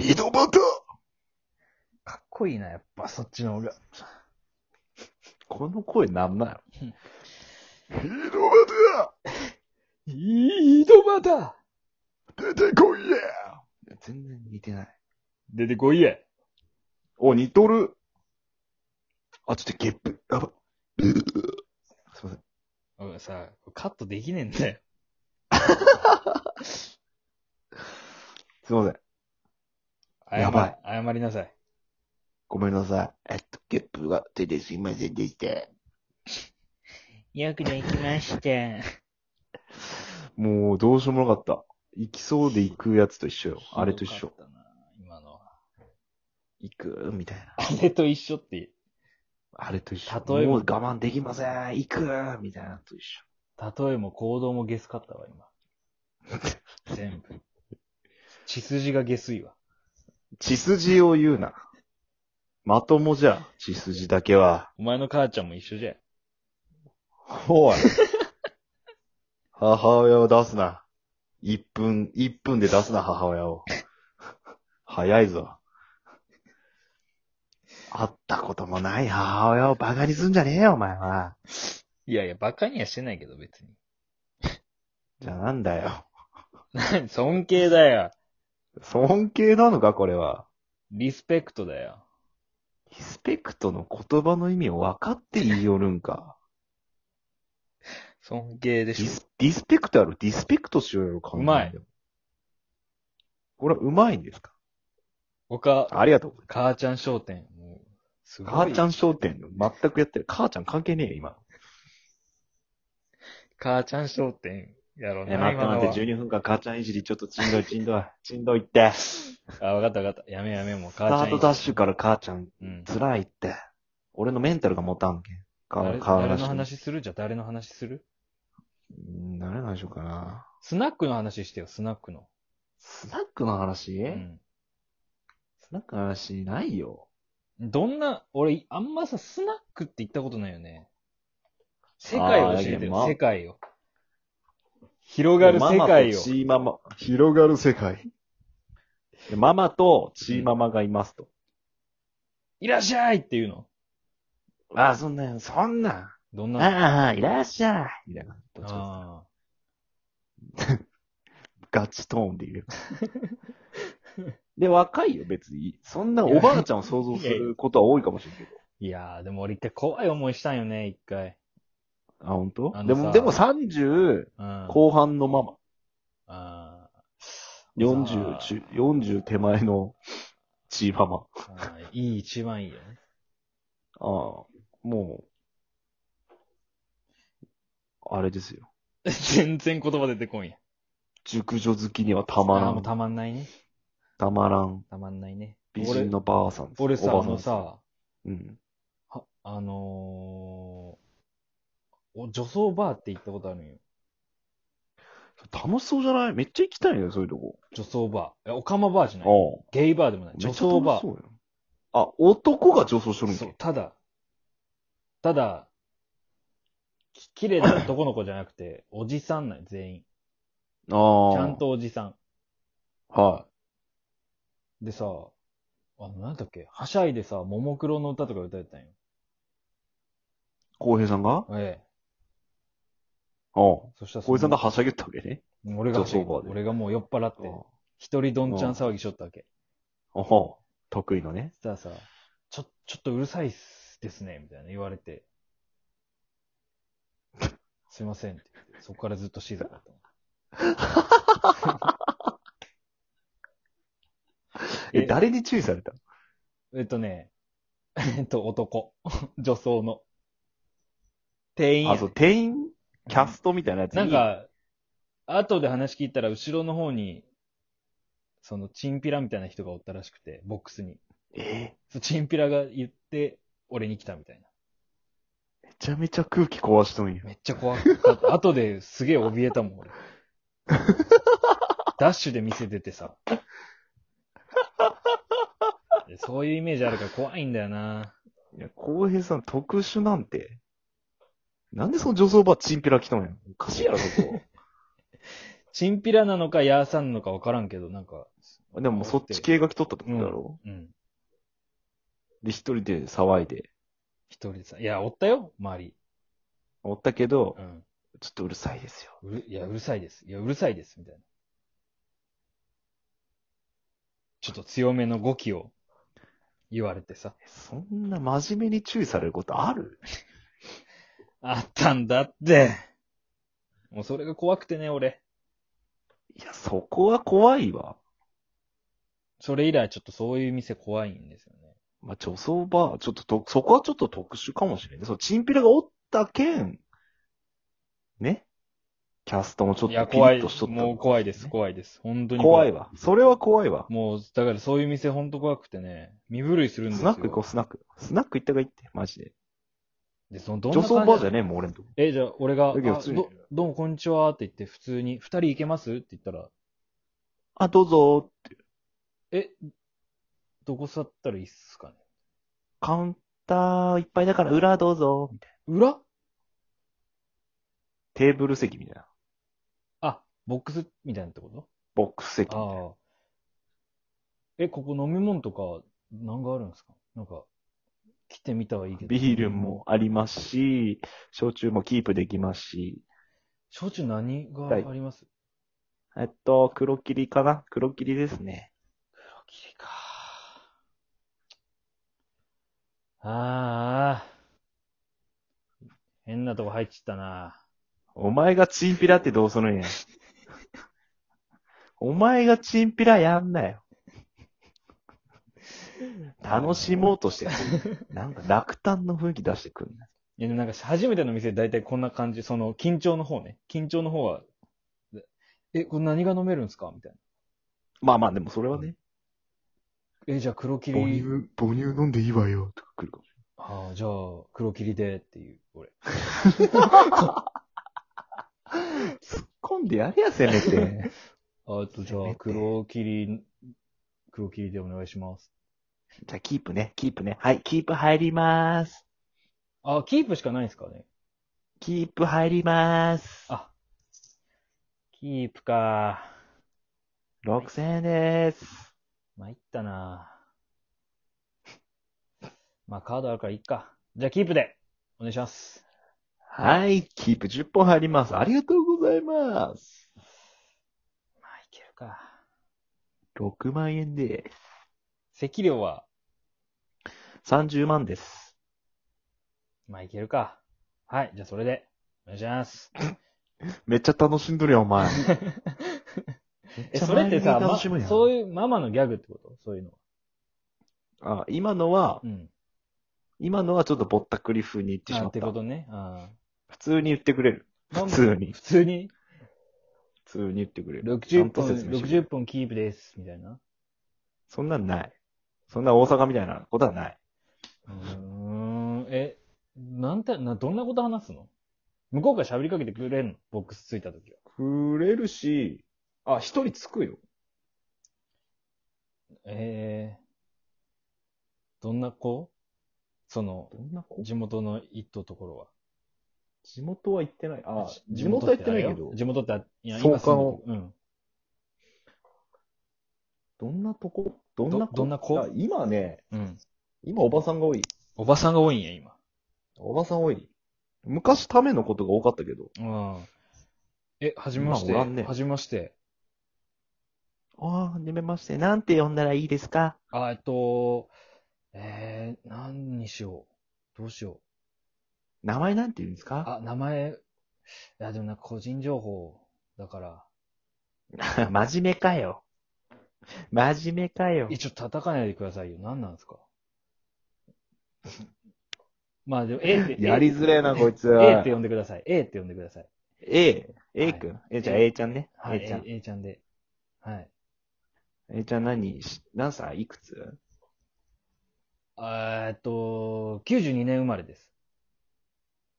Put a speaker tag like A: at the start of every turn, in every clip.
A: 井戸端
B: かっこいいな、やっぱ、そっちの方が。
C: この声なんなんやろ
A: 井戸
B: 井戸端
A: 端出てこいや
C: 全然似てない。
B: 出てこいや。
C: お、似とる。
A: あ、ちょっとゲップ。やば。
C: すいません。
B: 俺さ、カットできねえんだよ。
C: すいません。
B: 謝
A: やばい。
B: 謝りなさい。
A: ごめんなさい。えっと、ゲップが出てすいませんでした。
B: よくできました。
C: もう、どうしようもなかった。行きそうで行くやつと一緒よ。あれと一緒。。
B: 今のは。
C: 行くみたいな。
B: あれと一緒って、
C: あれと一緒。
B: 例えば
C: もう我慢できません。行くみたいなのと一緒。
B: 例えも行動もゲスかったわ、今。全部。血筋がゲスいわ。
C: 血筋を言うな。まともじゃ、血筋だけは。
B: お前の母ちゃんも一緒じゃ。
C: おい。母親を出すな。一分、一分で出すな、母親を。早いぞ。会ったこともない母親をバカにすんじゃねえよ、お前は。
B: いやいや、バカにはしてないけど、別に。
C: じゃあなんだよ。
B: 何 尊敬だよ。
C: 尊敬なのか、これは。
B: リスペクトだよ。
C: リスペクトの言葉の意味を分かって言いよるんか。
B: 尊敬で
C: ディ
B: しょ。
C: ス、ディスペクトやろディスペクトしようよ、考え
B: うまい。
C: これはうまいんですか
B: 他、
C: ありがとう。
B: 母ちゃん商店。もうすごい。
C: 母ちゃん商店、全くやってる。母ちゃん関係ねえよ、今。
B: 母ちゃん商店。やろう
C: え、
B: な。
C: 待って
B: 今の
C: 待
B: は
C: って、12分間母ちゃんいじり、ちょっとちんどい、 ちんどい、ちんどいって。ス
B: あ、わかったわかった。 やめやめ、もう
C: タ
B: 母ちゃん。
C: ートダッシュから母ちゃん、
B: うん。
C: 辛いって。俺のメンタルが持たんけん。か
B: 誰
C: 顔
B: 誰
C: 出
B: の
C: して
B: 話するじゃあ誰の話する
C: うん誰の話しようかな。
B: スナックの話してよ、スナックの。
C: スナックの話、
B: うん。
C: スナックの話ないよ。
B: どんな、俺、あんまさ、スナックって行ったことないよね。世界を教
C: あ
B: え
C: ー
B: て
C: いや
B: よ、
C: まあ
B: 世界を。広がる世界を。
C: ママ。広がる世界。ママとチーママがいますと。
B: いらっしゃいっていうの。
C: ああ、そんなん、そんなん。
B: どんな
C: ああ、いらっしゃい。みたいな。
B: あ
C: ガチトーンで言う。 で、若いよ、別に。そんなおばあちゃんを想像することは多いかもしれんけど。
B: ーいやー、でも俺一回怖い思いしたんよね、一回。
C: あ、本当
B: あのさ
C: でも、でも30
B: うん。
C: 後半のママ。
B: あー
C: 40、
B: さ
C: 中40手前のチーママ。
B: ああーいい、一番いいよね。
C: ああ、もう、あれですよ。
B: 全然言葉出てこんや。
C: 熟女好きにはたまら。
B: あーもうんたまんないね。
C: たまらん。
B: たまんないね。
C: 美人のばあさんです
B: 俺さ、
C: おばさ
B: あ
C: ん
B: の
C: です
B: さ、
C: うん。
B: は、あのー、お、女装バーって行ったことあるんよ。
C: 楽しそうじゃないめっちゃ行きたいよ、そういうとこ。
B: 女装バー。え、オカマバーじゃない
C: あ
B: ゲイバーでもない。
C: あ。
B: 女装バ
C: めっ
B: ー
C: ちゃ楽しそうやんあ、男が女装しとるん
B: そう
C: け。
B: ただ、ただ、き綺麗な男の子じゃなくて、 おじさんなんよ全員。
C: ああ。
B: ちゃん。とおじさん。
C: は
B: でさ、あの、なんだっけ、はしゃいでさ、ももクロの歌とか歌えたんよ。
C: い。浩平さんが
B: ええ。
C: ああ。浩
B: そしたらその
C: 平さんがはしゃげたわけね。
B: 俺がはしゃいでた、
C: 女装バーで
B: 俺がもう酔っ払っ
C: あ
B: て、一人どんちゃん騒ぎしよったわけ。
C: あ。ああ得意のね。
B: そしたらさ、ちょ、ちょっとうるさいっすですね、みたいな言わ れて。すいませんって言って。そこからずっと静かだった。え
C: え、誰に注意された
B: えっとね、 えっと、男。 女装の。店員や
C: あ、そう、店員キャストみたいなやつに
B: なん、か、後で話聞いたら、後ろの方に、その、チンピラみたいな人がおったらしくて、ボックスに。
C: え
B: そうチンピラが言って、俺に来たみたいな。
C: めちゃめちゃ空気壊しとんや。
B: めっちゃ怖か った。後ですげえ怯えたもん、俺。ダッシュで見せててさ。そういうイメージあるから怖いんだよな。
C: いや、浩平さん特殊なんて。なんでその女装バーチンピラ来たんやおかしいやろ、そこ。
B: チンピラなのかヤーさんなのかわからんけど、なんか。
C: でもそっち。系が来とったってことだろ、
B: うん。
C: で、一人で騒いで。
B: 一人でさ。いや、おったよ、周り。
C: おったけど
B: う、ん。
C: ちょっとうるさいですよ。
B: うる、いや、うるさいです。いや、うるさいです、みたいな。ちょっと強めの語気を言われてさ。
C: そんな真面目に注意されることある
B: あったんだって。もうそれが怖くてね、俺。
C: いや、そこは怖いわ。
B: それ以来ちょっとそういう店怖いんですよね。
C: まあ、女装バー、ちょっとと、そこはちょっと特殊かもしれんね。そう、チンピラがおったけん、ね。キャストもちょっ
B: い
C: と
B: や、
C: ピ
B: 怖
C: リッ
B: い
C: としと。ったのか
B: もう怖いです、怖いです。本当に
C: 怖い
B: い。
C: わ。それは怖いわ。
B: もう、だからそういう店本当怖くてね、身震いするんです
C: ス
B: よ。
C: ナック行こう、スナック。スナック行ったがいいって、マジで。
B: で、その、どんな
C: 女装バーじゃ
B: ね
C: ねえもん、俺んとこ。
B: え、じゃあ、俺が、あ
C: だけど普通に
B: ど、どうもこんにちはって言って、普通に、二人行けますって言ったら、
C: あ、どうぞーって。
B: え、どこ座ったらいいっすかね。
C: カウンターいっぱいだから裏どうぞーみたいな。
B: 裏
C: テーブル席みたいな。
B: あ、ボックスみたいなってこと
C: ボックス席みたいな。
B: ああ。え、ここ飲み物とか、何があるんですかなんか、来てみたはいいけど。
C: ビールも。ありますし、焼酎もキープできますし、
B: 焼酎何があります
C: えっと、黒霧かな黒霧ですね。
B: 黒霧か。ああ。変なとこ入っちゃったな。
C: お前がチンピラってどうする んや。お前がチンピラやんなよ。楽しもうとしてくるなんか落胆の雰囲気出してくる、ね、
B: いや、でもなんか初めての店大体こんな感じ、その緊張の方ね。緊張の方は、でえ、これ何が飲めるんですかみたいな。
C: まあまあ、でもそれはね。
B: え、じゃあ黒霧。、
C: 母乳飲んでいいわよ、とか来るかもし
B: ああ、じゃあ黒霧でっていう、俺。
C: れない。突っ込んでやれや、せめて。
B: あとじゃ
C: せめ
B: あ
C: て
B: 黒霧、黒霧でお願いします。
C: じゃあ、キープね、キープね。はい、キープ入りまーす。
B: あ、キープしかないんですかね。
C: キープ入りまーす。
B: あ、キープか。
C: 6000円でーす。
B: 参ったな まあカードあるからいいか。じゃあキープで、お願いします。
C: はい、キープ10本入ります。ありがとうございます。
B: まあいけるか。
C: 6万円で
B: 席料は、
C: す。30万です。
B: まあいけるか。はい、じゃあそれで、お願い します。
C: めっちゃ楽しんどるやん、お前。
B: え、それってさ、ま、そう
C: いう。
B: いうママのギャグってことそういうのは。
C: あ、今のは
B: う、ん。
C: 今のはちょっとぼったくり風に言ってし
B: あ
C: ま
B: っ
C: った
B: て。ことね。あ
C: 普通に言ってくれる。
B: あ
C: 普通に
B: 普通に、
C: 普通に言ってくれる。ちゃ
B: 60
C: んと
B: 本、
C: 説明してくれる
B: 60本キープです、みたいな。
C: そんなんない。そんな大阪みたいなことはない。
B: うーん、え、なんて、な、どんなこと話すの向こうから喋りかけてくれんのボックスついた時は。
C: 触れるし、あ、一人つくよ。
B: ええどんな子その、
C: どんな子
B: 地元の行ったところは。
C: 地元は行ってない。あ、地元
B: 元
C: は行ってないけど
B: 地、元ってあ、いや、
C: 草加
B: 今住んでるうん。
C: どんなとこどんな子
B: どんな子
C: あ今ね、
B: うん。
C: 今おばさんが多い。
B: おばさんが多いんや、今。
C: おばさん多い。昔ためのことが多かったけど。
B: うん。え、はじめまして。
C: 今おら
B: は
C: んね
B: じめまして。
C: ああ、はじめまして。なんて呼んだらいいですか
B: あ、えっと、えー、何にしよう。どうしよう。
C: 名前なんて言うんですか
B: あ、名前、いや、でもなんか個人情報だから。
C: 真面目かよ。真面目かよ
B: え、。ちょっと叩かないでくださいよ。何なんですか まあでも、A って。
C: やりづれえな、こいつ。
B: A って呼んでください。A って呼んでください。
C: A、A 君。え、じゃあ A ちゃんね。
B: はい。
C: A ちゃん。
B: A ちゃんで。はい。
C: A ちゃん何し何歳いくつ
B: あーえっと、92年生まれです。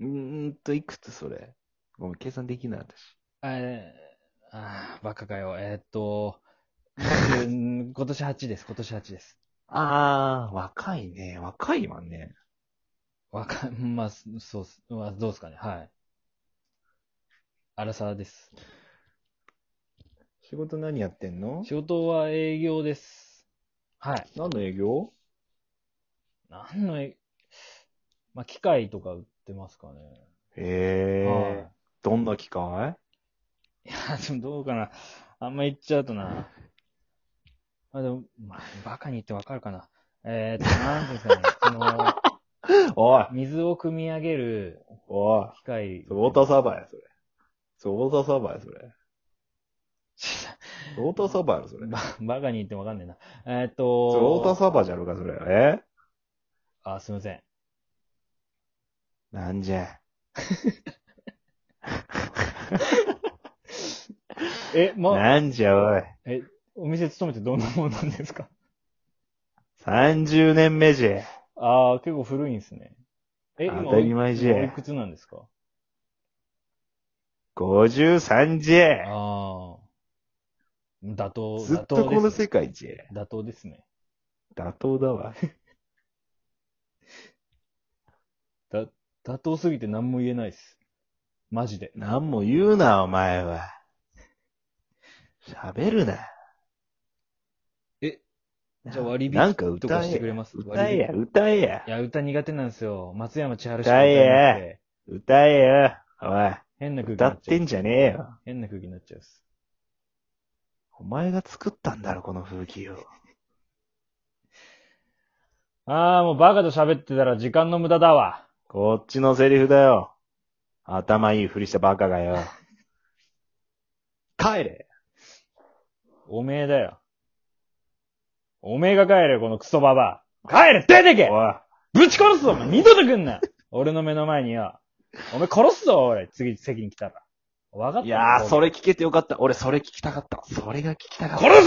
C: うーんと、いくつそれごめん、計算できない、私。
B: えー、あーバカかよ。えーっと、20今 年8です。今年8です。
C: あー、若いね。若いわね。
B: わか、 まあ、そうっす、まあ、どうですかね。はい。アラサーです。
C: 仕事何やってんの
B: 仕事は営業です。はい。
C: 何の営業
B: 何のえ、まあ、機械とか売ってますかね。
C: ええ
B: は
C: どんな機械
B: い。いや、でもどうかな。あんま言っちゃうとな。まあでも、まあ、バカに言ってわかるかな。えー、っと、なんていうんですかね。その、
C: おい
B: 水を汲み上げる
C: おい
B: 機械。
C: それウォーターサーバーや、それ。それウォーターサーバーや、そ れ。ウォーターサーバーやろ、それ。それウ
B: ババカに言ってもわかんねえな。えーっと、
C: ォーターサーバーじゃろうか、それ。え
B: あ、すいません。
C: なんじゃ。
B: え、ま、
C: なんじゃ、おい。
B: お店勤めてどんなもんなんですか
C: 30年目じゃ。
B: ああ、結構古いんですね。え、今
C: 当たり前じゃ
B: おいくつなんですか
C: 53じゃ。
B: ああ。妥当、
C: ず
B: 妥
C: っとこ
B: 当
C: の
B: です、ね
C: 世。界じゃ。
B: 妥当ですね。
C: 妥当だわ。
B: だ、妥当すぎて何も言えないです。マジで。
C: なんも言うな、お前は。喋るな。
B: えじゃあ割引
C: なんか
B: と
C: 歌
B: か
C: え
B: してくれ
C: や。
B: ます
C: 歌えや、歌えや
B: い。や、歌苦手なんですよ。松山千春しか歌
C: 歌え
B: えなくて。
C: 歌えや。おい。
B: 変な空気に
C: 歌
B: な
C: っ
B: っちゃ
C: て。
B: うん
C: じゃねえよ。
B: 変な空気になっちゃうっす。
C: お前が作ったんだろ、この風紀を。
B: ああ、もうバカと喋ってたら時間の無駄だわ。
C: こっちのセリフだよ。頭いいふりしたバカがよ。帰れ
B: おめえだよ。おめえが帰れよ、このクソババア。帰れ出てけ
C: おい
B: ぶち殺すぞお前二度と来んな 俺の目の前によ。お前殺すぞ俺次席に来たら。わかった
C: いやー、そ
B: れ。
C: れ聞けてよかった。俺、それ聞きたかった。それが聞きたかった。
B: 殺す